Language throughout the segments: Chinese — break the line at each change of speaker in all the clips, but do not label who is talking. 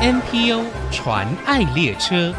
NPO 传爱列车。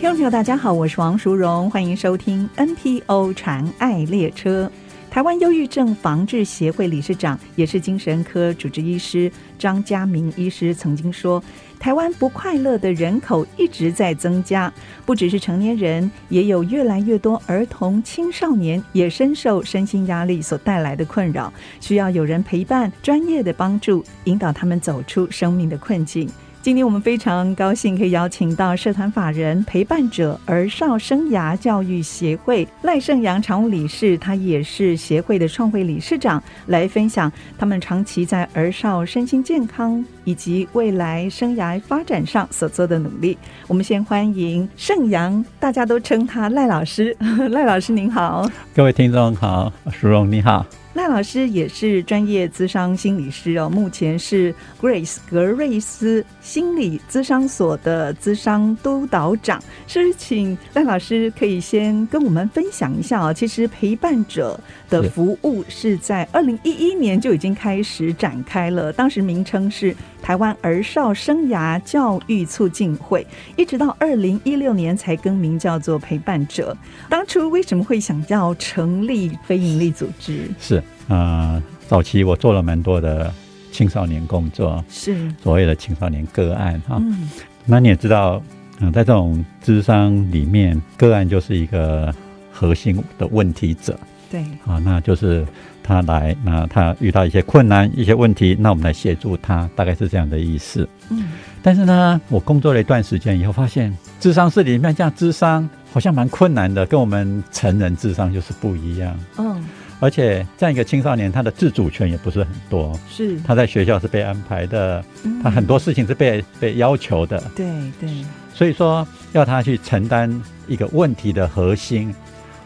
听众朋友，大家好，我是王淑荣，欢迎收听 NPO 传爱列车。台湾忧郁症防治协会理事长，也是精神科主治医师张家明医师曾经说，台湾不快乐的人口一直在增加，不只是成年人，也有越来越多儿童、青少年也深受身心压力所带来的困扰，需要有人陪伴、专业的帮助，引导他们走出生命的困境。今天我们非常高兴可以邀请到社团法人陪伴者儿少生涯教育协会赖胜阳常务理事，他也是协会的创会理事长，来分享他们长期在儿少身心健康以及未来生涯发展上所做的努力。我们先欢迎盛阳，大家都称他赖老师。 赖老师您好，
各位听众好，淑荣你好，
赖老师也是专业咨商心理师哦，目前是 Grace 格瑞斯心理咨商所的咨商督导长。是请赖老师可以先跟我们分享一下哦。其实陪伴者的服务是在二零一一年就已经开始展开了，当时名称是台湾儿少生涯教育促进会，一直到二零一六年才更名叫做陪伴者。当初为什么会想要成立非营利组织？
是呃，早期我做了蛮多的青少年工作，
是，
所谓的青少年个案哈、
嗯，
那你也知道，嗯、在这种智商里面，个案就是一个核心的问题者
对，
啊，那就是他来，那他遇到一些困难、一些问题，那我们来协助他，大概是这样的意思。
嗯，
但是呢，我工作了一段时间以后，发现智商室里面这样智商好像蛮困难的，跟我们成人智商就是不一样。
嗯，
而且这样一个青少年，他的自主权也不是很多，
是，
他在学校是被安排的，
嗯
他很多事情是被被要求的，
对对，
所以说要他去承担一个问题的核心，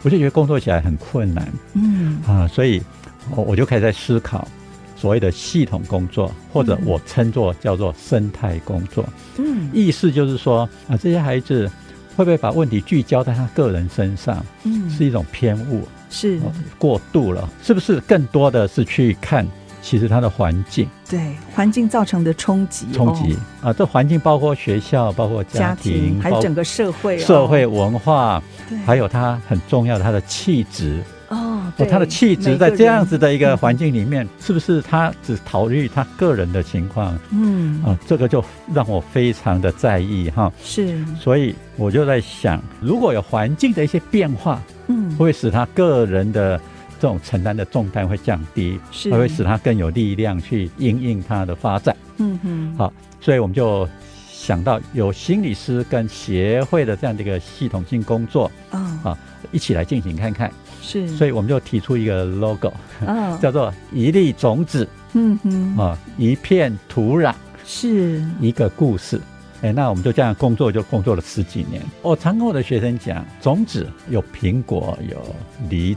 我就觉得工作起来很困难
嗯，
啊，所以我我就开始在思考所谓的系统工作，或者
嗯
我称作叫做生态工作，
嗯
意思就是说啊，这些孩子会不会把问题聚焦在他个人身上，
嗯，
是一种偏误。
是，
哦过度了，是不是更多的是去看其实它的环境
对，环境造成的冲击，
冲击
哦
啊？这环境包括学校，包括
家
家庭，
庭还有
包
整个社会哦，
社会文化，
对
还有它很重要的它的气质，
哦，
哦，
对
它的气质
每
在
个
这样
人
子的一个环境里面，是不是他只考虑他个人的情况
嗯，
啊？这个就让我非常的在意哈，
是，
所以我就在想，如果有环境的一些变化，
嗯，
会使他个人的这种承担的重担会降低，
是
它会使它更有力量去应应它的发展。
嗯哼，
好所以我们就想到有心理师跟协会的这样的一个系统性工作
啊、
啊一起来进行看看。
是，
所
以，
以我们就提出一个 logo，
嗯、
叫做“一粒种子
嗯哼，
啊，一片土壤，
是，
一个故事”。哎，那我们就这样工作，就工作了十几年。我常跟我的学生讲，种子有苹果，有 梨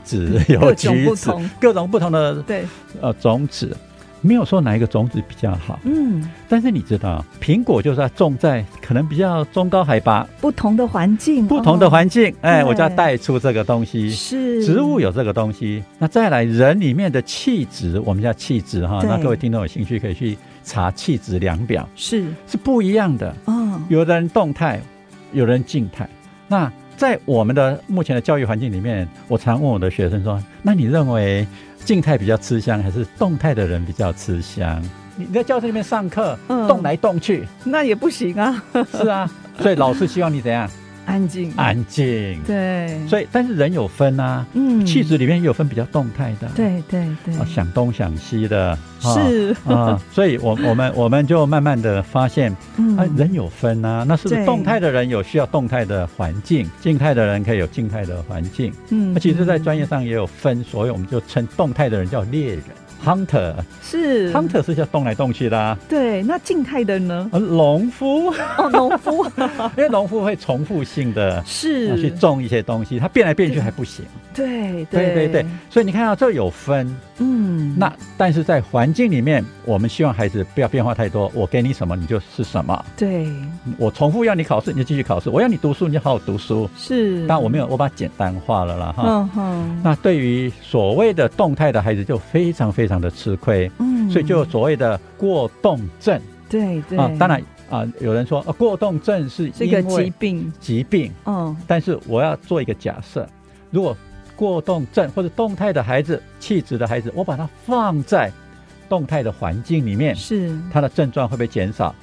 子，有
各种
橘
不
子
同，
各种不同的
对，
呃种子，没有说哪一个种子比较好。
嗯，
但是你知道，苹果就是要种在可能比较中高海拔、
不同的环境，
不同的环境，哎，我就要
哦对
带出这个东
哦、
西。
是
植物有这个东西，那再来人里面的气质，我们叫气质哈。
对
那各位听众有兴趣可以去查气质量表，
是，
是不一样的。
哦，
有的人动态，有的人静态。那在我们的目前的教育环境里面，我常问我的学生说：“那你认为静态比较吃香，还是动态的人比较吃香？”你在教室里面上课，
嗯
动来动去，
那也不行啊，
是啊，所以老师希望你怎样
安静，
安静。哎
对，
所以，但是人有分啊，
嗯，
气质里面也有分比较动态的，
对对对，
啊，想东想西的，啊
是，
啊，所以我我们我们就慢慢的发现，
嗯
啊，人有分啊，那是不
对
是动态的人有需要动态的环境，静态的人可以有静态的环境。
嗯
那啊其实，在专
业
业上也有分，所以我们就称动态的人叫猎人 （hunter），hunter
是
是叫动来动去的、啊，
对，那静态的 呢？
而 农夫，
哦，农 夫
因为农夫会重复性的啊去
是，
种一些东西，它变来变去还不行。
对
啊对对对，所以你看到、这有分，
嗯，
那但是在环境里面，我们希望孩子不要变化太多。我给你什么，你就是什么。
对
我重复要你考试，你就继续考试；我要你读书，你就好好读书。
是，
但我没有，我把它简单化了啦哈。
嗯哼，
那对于所谓的动态的孩子，就非常非常的吃亏，
嗯
所以就有所谓的过动症
对对
啊。当然啊、有人说、呃、过动症是
是
因
个疾
为
病，
疾病，
嗯，
但是我要做一个假设，如果过动症或者动态的孩子、气质的孩子，我把它放在动态的环境里面，
是，
他的症状会不会减少？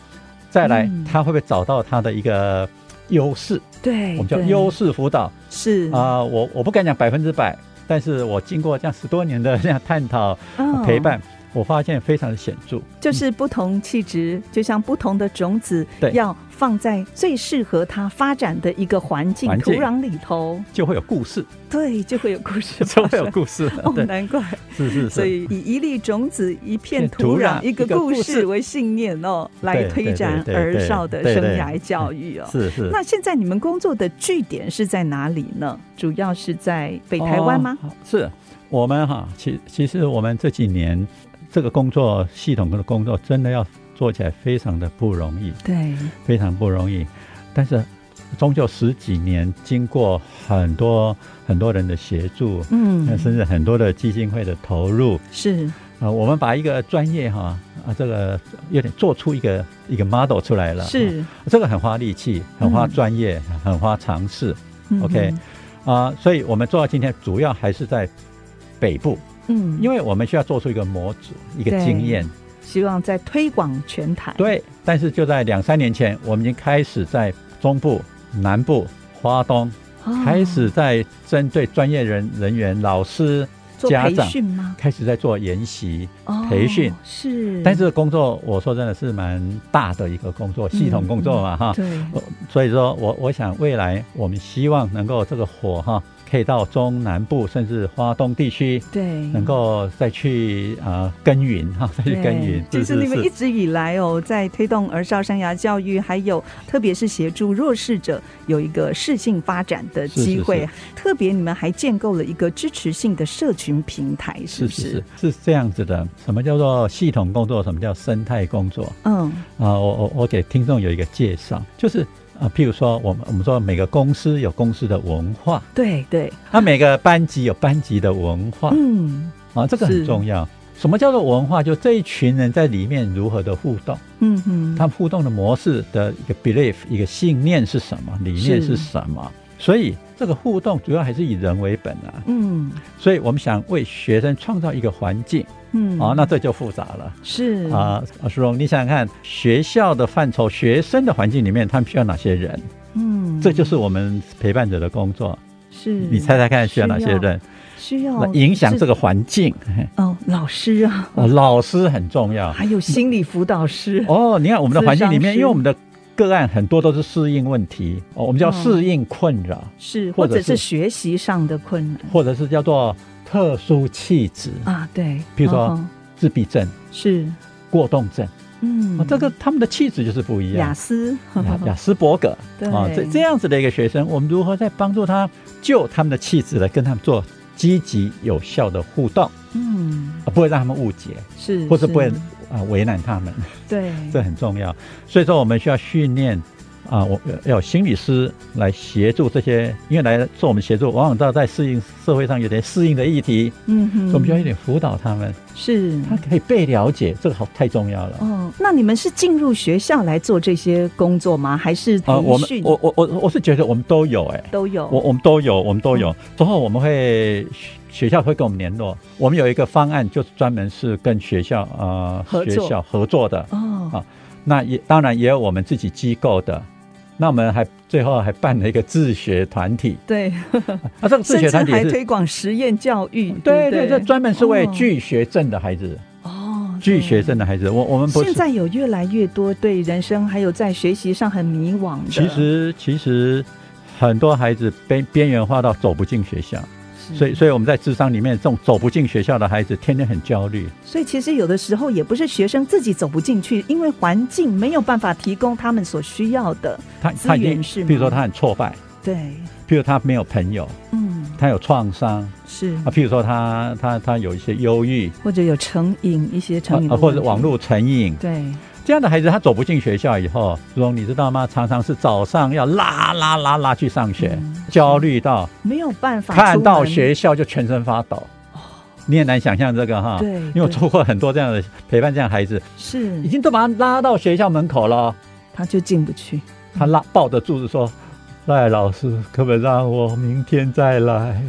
再来
嗯，
他会不会找到他的一个优势？
对，
我们叫
哎对
优势辅导
是
啊、我我不敢讲百分之百，但是我经过这样十多年的这样探讨、
嗯
陪伴，我发现非常的显著。
就是不同气质，就像不同的种子，
嗯对
要放在最适合它发展的一个环境、
环
土
境
壤里头，
就会有故事，
对，就会有故事
就
发
会有
生。
故事。
哦，
对，
难怪。
是是
所
是，
以以一粒种子、一片土
土
壤、
壤
一个
一个
故
故
事
事
为信念哦，来
对
推
对
展
对对
儿
对
少的
对
生
对
涯教育哦。
是是。
那现在你们工作的据点是在哪里呢？主要是在北台湾吗？
哦是我们哈、其其实我们这几年这个工作系统的工作，真的要做起来非常的不容易，
对，
非常不容易。但是终究十几年，经过很多很多人的协助，
嗯
那，甚至很多的基金会的投入，
是
啊、我们把一个专业哈啊、这个有点做出一个一个 model 出来了，啊、
是
这个很花力气，很花
嗯
专业，很花尝试。
嗯
OK
哼
啊、所以我们做到今天主要还是在北部，
嗯，
因
为
为我们需要做出一个模组、一个
对
经验。
希望在推广全台。
对，但是就在两三年前，我们已经开始在中部、南部、花东
哦，
开始在针对专业人人员、老师
做
家
培
长
训吗？
开始在做研习。
哦
培训
是，
但是工作，我说真的是蛮大的一个工作，系统工作嘛，哈、
嗯对，
所以说我我想未来我们希望能够这个火哈，可以到中南部甚至花东地区，
对，
能够再去啊耕耘哈，再去耕耘
嗯对，。就是你们一直以来哦，在推动儿少生涯教育，还有特别是协助弱势者有一个适性发展的机会。
是是
特别你们还建构了一个支持性的社群平台，是
是
不是？
是是是这样子的。什么叫做系统工作？什么叫生态工作？
嗯，
啊、我我我给听众有一个介绍，就是啊、譬如说我们我们说每个公司有公司的文化，
对对，
那、每个班级有班级的文化，
嗯
啊，这个
是
很重要。什么叫做文化？就这一群人在里面如何的互动，
嗯嗯，
他们互动的模式的一个 belief，一个信念是什么，理念
是
是什么？所以这个互动主要还是以人为本啊。
嗯
所以我们想为学生创造一个环境
嗯，
啊，那这就复杂了。
是
啊，啊苏荣，你想想看，学校的范畴、学生的环境里面，他们需要哪些人？
嗯，
这就是我们陪伴者的工作。
是
你猜猜看，需要哪些人
需要哦
来影响这
个
个环境？嘿
哦，老师啊，
哦，老师很重要。
还有心理辅导师，
哦，你看我们的环境
咨
里
商
面，
师
因为我们的个案很多都是适应问题，哦，我们叫
嗯
适应困扰，
是或
或者
者是
是
学习上的困难
或者是叫做特殊气质、
啊，对，
比如说
嗯哼
自闭症、
是
过动症。
嗯
哦，这个他们的气质就是不一样
雅。思，
雅 雅斯伯格
对
啊，这这样子的一个学生，我们如何在帮助他就他们的气质来跟他们做积极有效的互动，啊
嗯
不会让他们误解，
是，
或者不会啊为难他们，
对
这很重要。所以说，我们需要训练啊，我要有心理师来协助这些，因为来做我们协助，往往到在适应社会上有点适应的议题，
嗯哼，
所以我们需要一点辅导他们，
是。
他可以被了解，这个好太重要了。
哦，那你们是进入学校来做这些工作吗？还是
啊，我
培
们
训
我我我我是觉得我们都有哎、
都有？
我我们都有，我们都
嗯
有。之后我们会学学校会跟我们联络，我们有一个方案，就是专门是跟学校呃
合
学
作
校合作的。
哦
啊那也当然也有我们自己机构的。那我们还最后还办了一个自学团体，
对，
啊，这个
哦
自
甚
学
至
团体
还
是。
推广实验教育，
对
对
对，
不
这
对
专门是为
哦
拒学症的孩子，
哦，
拒
对
学症的孩子，我我们不
现
是。
在有越来越多对人生还有在学习上很迷惘的，
其实其实很多孩子边边缘化到走不进学校，
是，
所以所以我们在智商里面，这种走不进学校的孩子，天天很焦虑。
所以其实有的时候也不是学生自己走不进去，因为环境没有办法提供他们所需要的。
他
资
他已
源
经
是，吗
比如说他很挫败，
对，
比如他没有朋友，
嗯，
他有创伤
是
啊，譬如说他他他有一些忧郁
或者有成瘾一些
啊
成瘾、，
啊或者网络成瘾，
对
这样的孩子他走不进学校以后，荣你知道吗？常常是早上要拉拉拉拉去上学，
嗯
焦虑到
没有办法
看到
学。
学校就全身发抖。你也难想象这个哈，
哦对嗯
因为我
对
做过很多这样的陪伴这样的孩子，已
是，
经都把他拉到学校门口了，
他就进不去。
他拉抱着柱子说：“赖老师，可不可以让我明天再来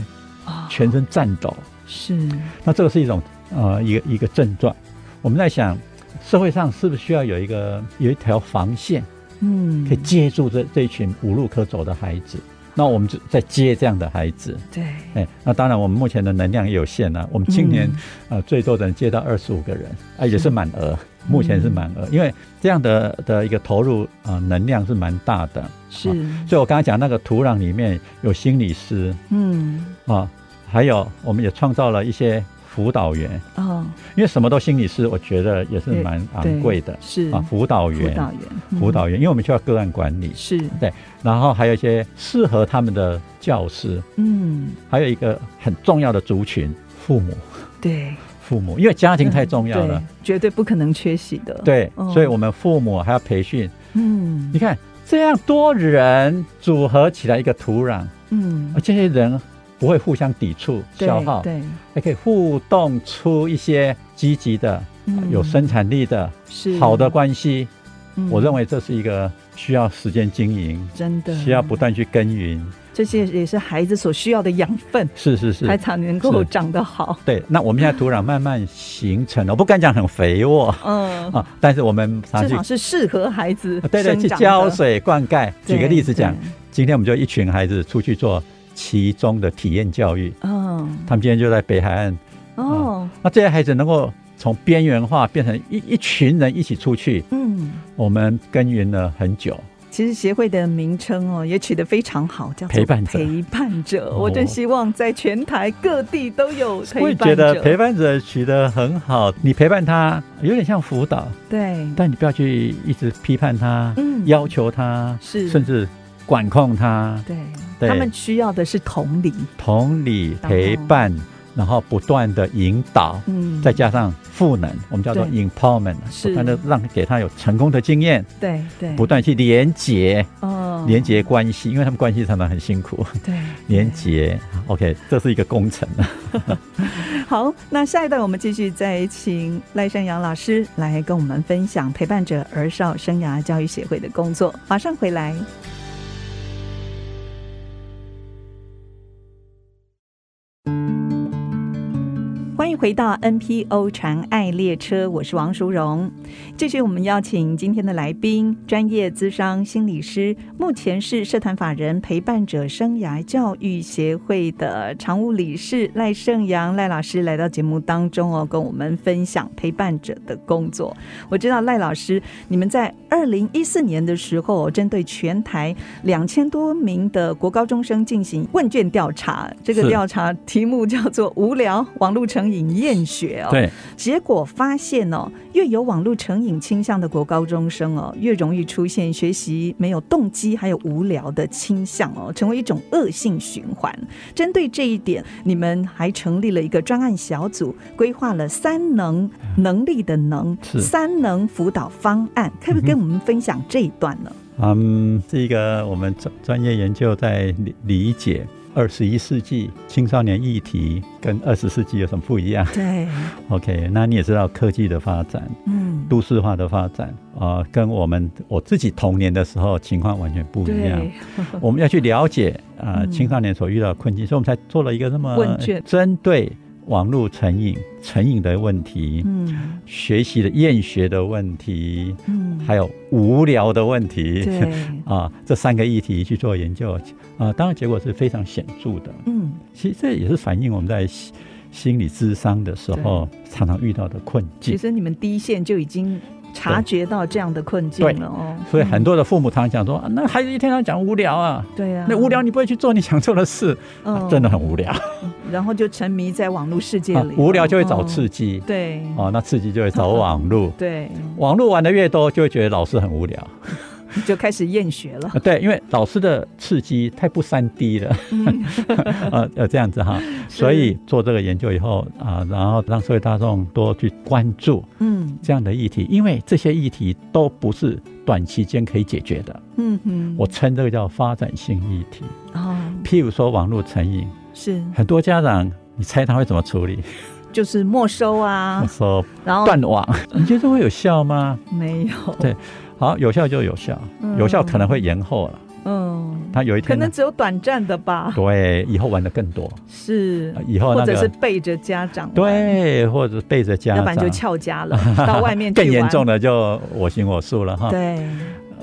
哦？”
全身颤抖，
是
那这个是一种呃一个一个症状。我们在想，社会上是不是需要有一个有一条防线，
嗯，
可以接住这这一群无路可走的孩子？那我们就在接这样的孩子，
对，
哎，那当然我们目前的能量也有限啊。我们今年、
嗯
呃最多只能接到二十五个人，啊也是满额，目前是满额，
嗯
因为这样的的一个投入啊、呃能量是蛮大的。
是，
所以我刚刚讲那个土壤里面有心理师
嗯，
啊，还有我们也创造了一些辅导员，
哦，
因为什么都心理师，我觉得也是
对
蛮
对
昂贵的
是
啊，辅导
辅
员。
导员，嗯
辅导员，因为我们需要个案管理，
是，
然后还有一些适合他们的教师，
嗯，
还有一个很重要的族群——父母。
对，
父母，因为家庭太重要
嗯
了，
对绝对不可能缺席的。，
对，
哦
所以我们父母还要培训。
嗯
你看这样多人组合起来一个土壤，
嗯
而，这些人不会互相抵触、
对
消耗，
对，
还可以互动出一些积极的、
嗯
有生产力的、
是
好的，关系。
嗯
我认为这是一个需要时间经营。
真的
需要不，断去耕耘，
这些也是孩子所需要的养分，
是是
他
是，
才能够
是
长得好。
对。那我们现在土壤慢慢形成了，我不敢讲很肥沃
嗯，
啊，但是我们常
至
去啊
少是适合孩子
对对，
生
去
长
浇
的。
水灌溉。举
对
个例子讲，，
对
今天我们就一群孩子出去做其中的体验教育，
嗯，
他们今天就在北海岸，
哦，
那这些孩子能够从边缘化变成一一群人一起出去，
嗯。
我们耕耘了很久。
其实协会的名称哦，也取得非常好，叫做
陪伴者
陪伴者，
哦
我真希望在全台各地都有
我
陪
也
伴
觉
者。
得陪伴者取得很好，你陪伴他有点像辅导，
对，
但你不要去一直批判他、
嗯
要求他，
是
甚至管控他。
对
对
他们需要的是同理，
同理
然后
陪伴，然后不断的引导，
嗯，
再加上赋能，我们叫做
对
empowerment，啊
是
不断的让给他有成功的经验，
对对，
不断去连接、
哦
连接关系，因为他们关系常常很辛苦。
对嗯
连接，OK，这是一个工程啊。
好，那下一段我们继续再请赖山阳老师来跟我们分享陪伴者儿少生涯教育协会的工作，马上回来。欢迎回到 NPO 传爱列车，我是王淑荣。这是我们邀请今天的来宾，专业咨商心理师，目前是社团法人陪伴者生涯教育协会的常务理事赖胜阳赖老师来到节目当中哦，跟我们分享陪伴者的工作。我知道赖老师，你们在二零一四年的时候，针对全台两千多名的国高中生进行问卷调查，这个
是
调查题目叫做“无聊网络成瘾厌学”哦。
对，
结果发现哦，越有网络成瘾倾向的国高中生哦，越容易出现学习没有动机还有无聊的倾向哦，成为一种恶性循环。针对这一点，你们还成立了一个专案小组，规划了三能能力的能
嗯是
三能辅导方案，可不可以跟我们分享这一段呢？
嗯，这个我们专专业研究在理理解二十一世纪青少年议题跟二十世纪有什么不一样
对，
？OK，那你也知道科技的发展、
嗯，
都市化的发展，呃，跟我们我自己童年的时候情况完全不一样。
对，
我们要去了解呃
嗯
青少年所遇到的困境，所以我们才做了一个那么
问卷
针对网络成瘾、成瘾的问题、
嗯
学习的厌学的问题，
嗯，
还有无聊的问题。
对，
啊，这三个议题去做研究，啊，当然结果是非常显著的。
嗯
其实这也是反映我们在心心理咨商的时候常常遇到的困
其
境。
实你们第一线就已经察觉到这样的困境了哦，
所以很多的父母常常讲说，啊、那孩子一天到晚讲无聊啊，
嗯对啊，
那无聊你不会去做你想做的事，啊
嗯
真的很无聊。
然后就沉迷在网络世界
啊
里，，
无聊就会找刺
激，
激，啊哦
对， ，
哦，那刺激就会找网络
对，
网络玩的越多，就会觉得老师很无聊。
就开始厌学 了。
呃对，因为老师的刺激太不三 D 了，
嗯，
呃呃这样子哈，所以做这个研究以后啊、然后让社会大众多去关注
嗯
这样的议题，因为这些议题都不是短期间可以解决的，
嗯嗯，
我称这个叫发展性议题。
哦
譬如说网络成瘾，
是
很多家长，你猜他会怎么处理？
就是没收
我
啊，
说
然后
断 网，你觉得会有效吗？
没有，
对好，有效就有效，有效可能会延后了。
嗯，
他有一
可
天呢
能只有短暂的吧，
对，以后玩的更多，
是
啊以后
或
那
者是
个
背着家长，，
对，或者背着家
要不然就
长，
翘家了，到外面去
更严
玩
重，的啊就我行我素了哈。
对，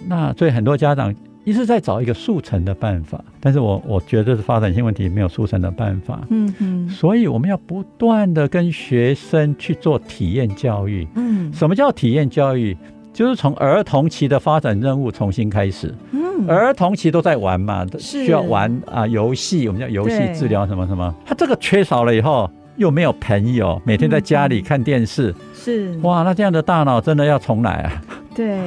那所以很多家长一直在找一个速成的办法，但是我我觉得是发展性问题没有速成的办法，
嗯嗯
所以我们要不断的跟学生去做体验教育。
嗯
什么叫体验教育？就是从儿童期的发展任务重新开始。
嗯，
儿童期都在玩嘛，
是嗯
需要玩啊、游戏，我们叫游戏
对
治疗什么什么。他这个缺少了以后，又没有朋友，每天在家里
嗯
看电视，
是，
哇，那这样的大脑真的要重来啊！
对，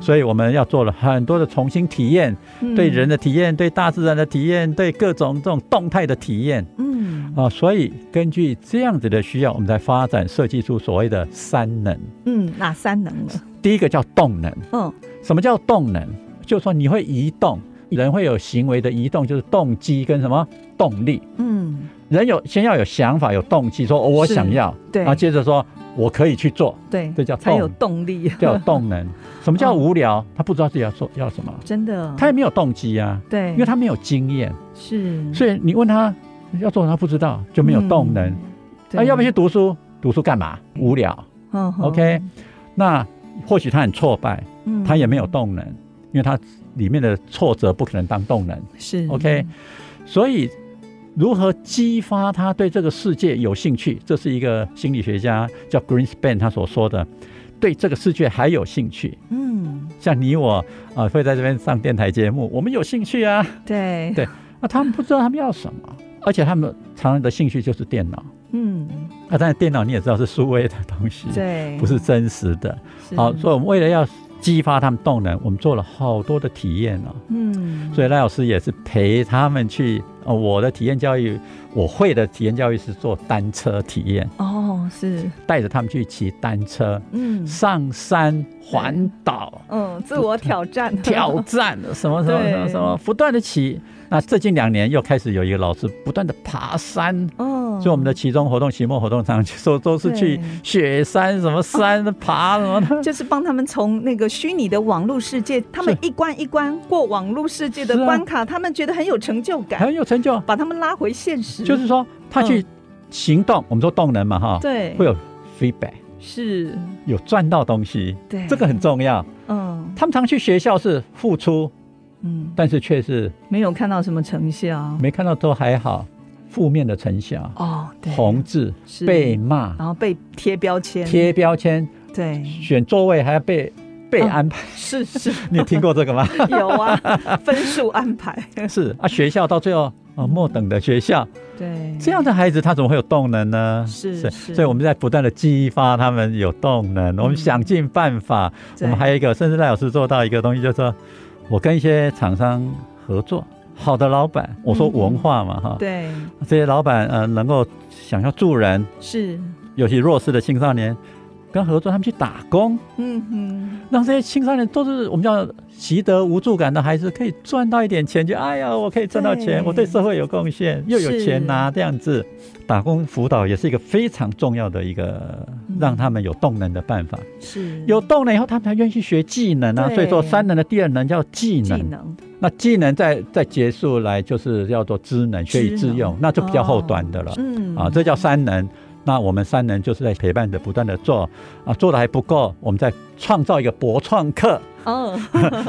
所以我们要做了很多的重新体验，
嗯
对人的体验，对大自然的体验，对各种这种动态的体验
嗯，嗯
啊。所以根据这样子的需要，我们才发展设计出所谓的三能。
嗯，哪三能了？
第一个叫动能。
嗯
什么叫动能？就是说你会移动，人会有行为的移动，就是动机跟什么动力。
嗯，
人有先要有想法，有动机，说、哦、我
是
想要，
对
然后接着说我可以去做，
对，
这啊叫
才有
动
动力，
叫动能。什么叫
嗯
无聊？他不知道自己要做要什么，
真的，
他也没有动机啊，
对，
因为他没有经验，
是
所以你问他要做什么，他不知道，就没有动能。
嗯
那、要不要去读书？读书干嘛？无聊。
嗯哼
OK，那或许他很挫败，
嗯
他也没有动能，因为他里面的挫折不可能当动能。
是
OK，所以如何激发他对这个世界有兴趣，这是一个心理学家叫 Greenspan 他所说的，对这个世界还有兴趣。
嗯，
像你我啊、呃会在这边上电台节目，我们有兴趣啊，
对，
对那、他们不知道他们要什么，而且他们常常的兴趣就是电脑。
嗯，
啊，但是电脑你也知道是数位的东西，
对，
不是真实的。
是
好，所以我们为了要激发他们动能，我们做了好多的体验哦。
嗯，
所
以
以赖老师也是陪他们去，呃，我的体验教育，我会的体验教育是做单车体验，
哦是，
带着他们去骑单车，
嗯
上山环 岛。
嗯，自我挑战，
挑战什么什么什么什么，不断的骑。那最近两年又开始有一个老师不断的爬山，
嗯，
所以我们的期中活动、期末活动常常说都是去
对
雪山什么山爬什么 的。
就是帮他们从那个虚拟的网络世界，他们一关一关过网络世界的
是啊
关卡，他们觉得很有成就感，
很有成就。
把他们拉回现实，
就是说，他去行动，我们说动能嘛，哈，
嗯对，
会有 feedback，
是，
有赚到东西，
对，
这个很，重要。
嗯
他们常去学校是付出，
嗯，
但是却是
没有看到什么成效，
没看到都还好，负面的成效，
哦，对，
红字
是哦
被骂、
然后被贴标签，
贴标签、
对，
选座位还要被被
嗯
安排，
是是
你有听过这 个吗？
有啊，分数安排，
是啊，学校到最后。啊，末等的学校，
对，
这样的孩子他怎么会有动能呢？
是是
所以我们在不断的激发他们有动能，我
嗯
们想尽办法，我
对
们还有一个，甚至赖老师做到一个东西，就是说我跟一些厂商合作，好的老板，我
嗯
说文化嘛哈，
对
这些老板呃能够想要助人，
是，
尤其弱势的青少年，跟合作他们去打工，
嗯哼，
让这些青少年都是我们叫习得无助感的孩子，可以赚到一点钱，就哎呀，我可以赚到钱，
对
我对社会有贡献，又有钱拿，这样子打工辅导也是一个非常重要的一个
嗯
让他们有动能的办法。
是
有动能以后，他们才愿意去学技能啊。
对
所以说，三能的第二能叫技
技
能。
能，
那技能再再结束来，就是叫做知能，学以致
知
用
能，哦
那就比较后端的了。
嗯
啊，这叫三能。那我们三能就是在陪伴着不断的做啊，做的还不够，我们再创造一个博 创课
哦，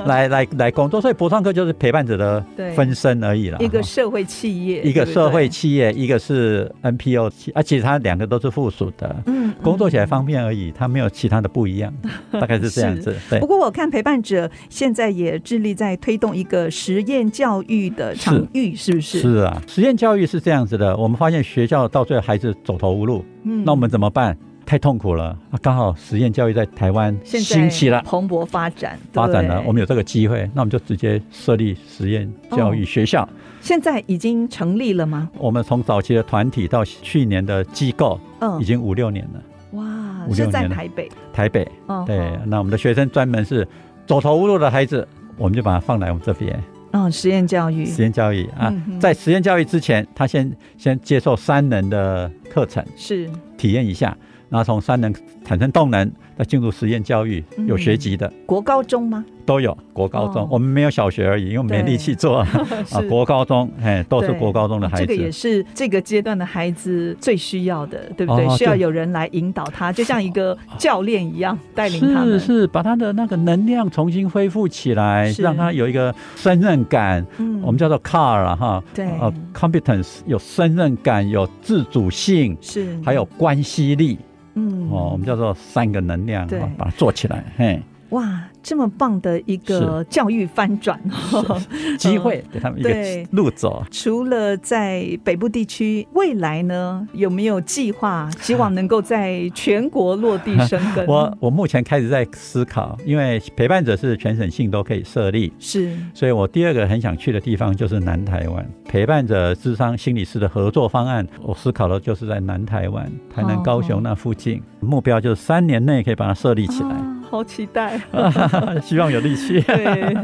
来来来工作。所以博创课就是陪伴者的
对
分身而已了。
一个
哈
社会企业，
一个
对不
社会
对，
企业，一个是 NPO 企，啊，其实它两个都是附属的。
嗯，
工作起来
嗯。
方便而已，它没有其他的不一 样，大概是这样子。对
嗯不，过我看陪伴者现在也致力在推动一个实验教育的场域，是不是？，
是啊，实验教育是这样子的，我们发现学校到最后孩子走投无路，
嗯
那我们怎么办？太痛苦了。啊刚好实验教育在台湾
现在
兴起了，
蓬勃发展，
发展了，
对
我们有这个机会，那我们就直接设立实验教育学
哦
校。
现在已经成立了吗？
我们从早期的团体到去年的机构，
嗯
已，经五六年了。
哇，
五
是
六
在
年了
台北，
台北，
嗯，
对
好，
那我们的学生专门是走投无路的孩子，我们就把他放来我们这边
嗯，实验教育，
实验教育啊
嗯哼。
在实验教育之前，他先先接受三能的课程，
是
体验一下，然后从三能产生动能，再进入实验教育，
嗯
有学籍的。
国高中 吗？
都有国高中，
哦
我们没有小学而已，因为我们没
对
力气做啊。
是
国高中，哎，都是
对
国高中的孩
这
子。
个也是这个阶段的孩子最需要的，对不对？
哦
需要
对
有人来引导他，就像一个教练一样带领他们。
是是，把他的那个能量重新恢复起来，
是
让他有一个胜任感，
嗯
我们叫做 car 啊哈，
对
呃，competence 有胜任感，有自主性，
是
还有关系力
嗯
哦，我们叫做三个能量，
对
哦把它做起来，嘿，
哇，这么棒的一个教育翻转哦！
机会给他们一
对
个路走。
除了在北部地区，未来呢有没有计划，希望能够在全国落地生根？
我我目前开始在思考，因为陪伴者是全省性都可以设立，
是
所以我第二个很想去的地方就是南台湾，陪伴着智商心理师的合作方案，我思考的就是在南台湾、台
哦
南、高雄那附近，目标就是三年内可以把它设立起来，
啊，好期待。
希望有力气。
哦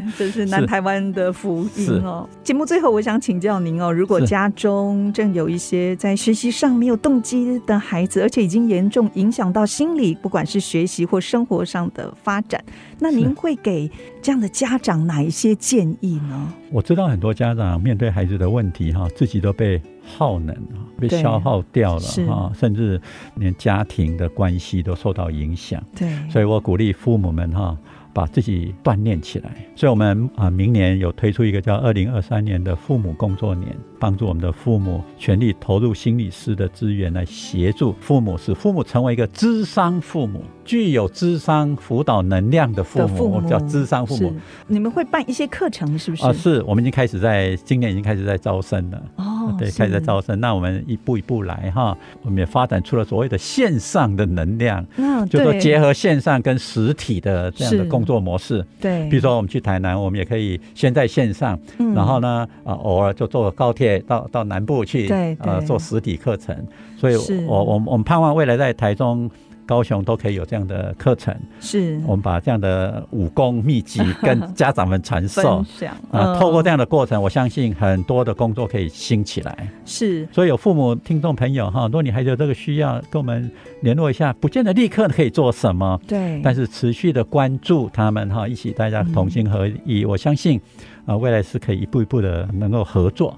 对，这是南台湾的福音哦。节目最后，我想请教您哦，如果
是
家中正有一些在学习上没有动机的孩子，而且已经严重影响到心理，不管是学习或生活上的发展，那您会给这样的家长哪一些建议呢？
我知道很多家长面对孩子的问题哈，自己都被耗能啊，被
对
消耗掉了
是
哈，甚至连家庭的关系都受到影响。
对，
所以我鼓励父母们哈，把自己锻炼起来。所以我们啊，明年有推出一个叫二零二三年的父母工作年，帮助我们的父母全力投入心理师的资源来协助父母，使父母成为一个智商父母，具有智商辅导能量的父
的
母，
父
我
母
们叫智商父母
是。你们会办一些课程，是不是？
啊，是我们已经开始在今年已经开始在招生了。
哦，
对，
是
开始在招生。那我们一步一步来哈，我们也发展出了所谓的线上的能量，
嗯，
就说
对
结合线上跟实体的这样
是
的工作模式。
对，
比如说我们去台南，我们也可以先在线上，
嗯
然后呢，啊，偶尔就坐高铁到到南部去，
对
呃，
对
做实体课程。所以
是
我，我我们盼望未来在台中。高雄都可以有这样的课程，
是
我们把这样的武功秘籍跟家长们传
分
授
享嗯
啊、透过这
样
样的过程，我相信很多的工作可以兴起来。
嗯是
所以有父母、听众朋友哈，如果你还有这个需要，跟我们联络一下，不见得立刻可以做什么，
对，
但是持续的关注他们哈，一起大家同心合意，我相信啊、呃未来是可以一步一步的能够合作。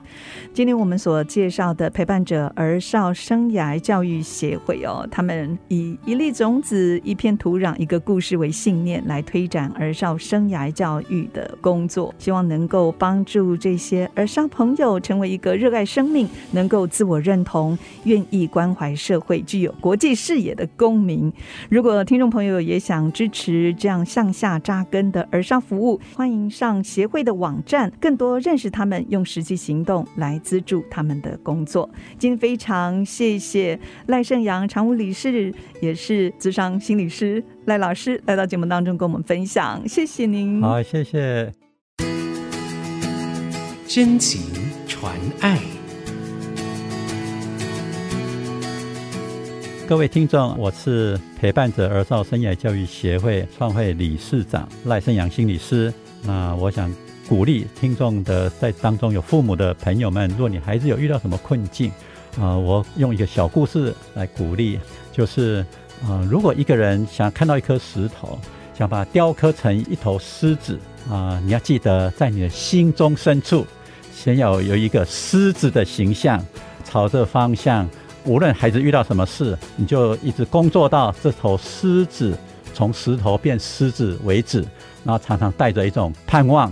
今天我们所介绍的陪伴者儿少生涯教育协会哦，他们以一粒种子、一片土壤、一个故事为信念，来推展儿少生涯教育的工作，希望能够帮助这些儿少朋友成为一个热爱生命、能够自我认同、愿意关怀社会、具有国际视野的公民。如果听众朋友也想支持这样向下扎根的儿少服务，欢迎上协会的网站，更多认识他们，用实际行动来资助他们的工作。今天非常谢谢赖胜阳常务理事，也是资商心理师赖老师来到节目当中跟我们分享，谢谢您。
好，谢谢。
真情传爱。
各位听众，我是陪伴者儿少生涯教育协会创会理事长赖胜阳心理师。那我想鼓励听众的，在当中有父母的朋友们，若你孩子有遇到什么困境，啊、我用一个小故事来鼓励，就是啊、如果一个人想看到一颗石头，想把它雕刻成一头狮子啊、你要记得在你的心中深处，先要有一个狮子的形象，朝着方向。无论孩子遇到什么事，你就一直工作到这头狮子从石头变狮子为止，然后常常带着一种盼望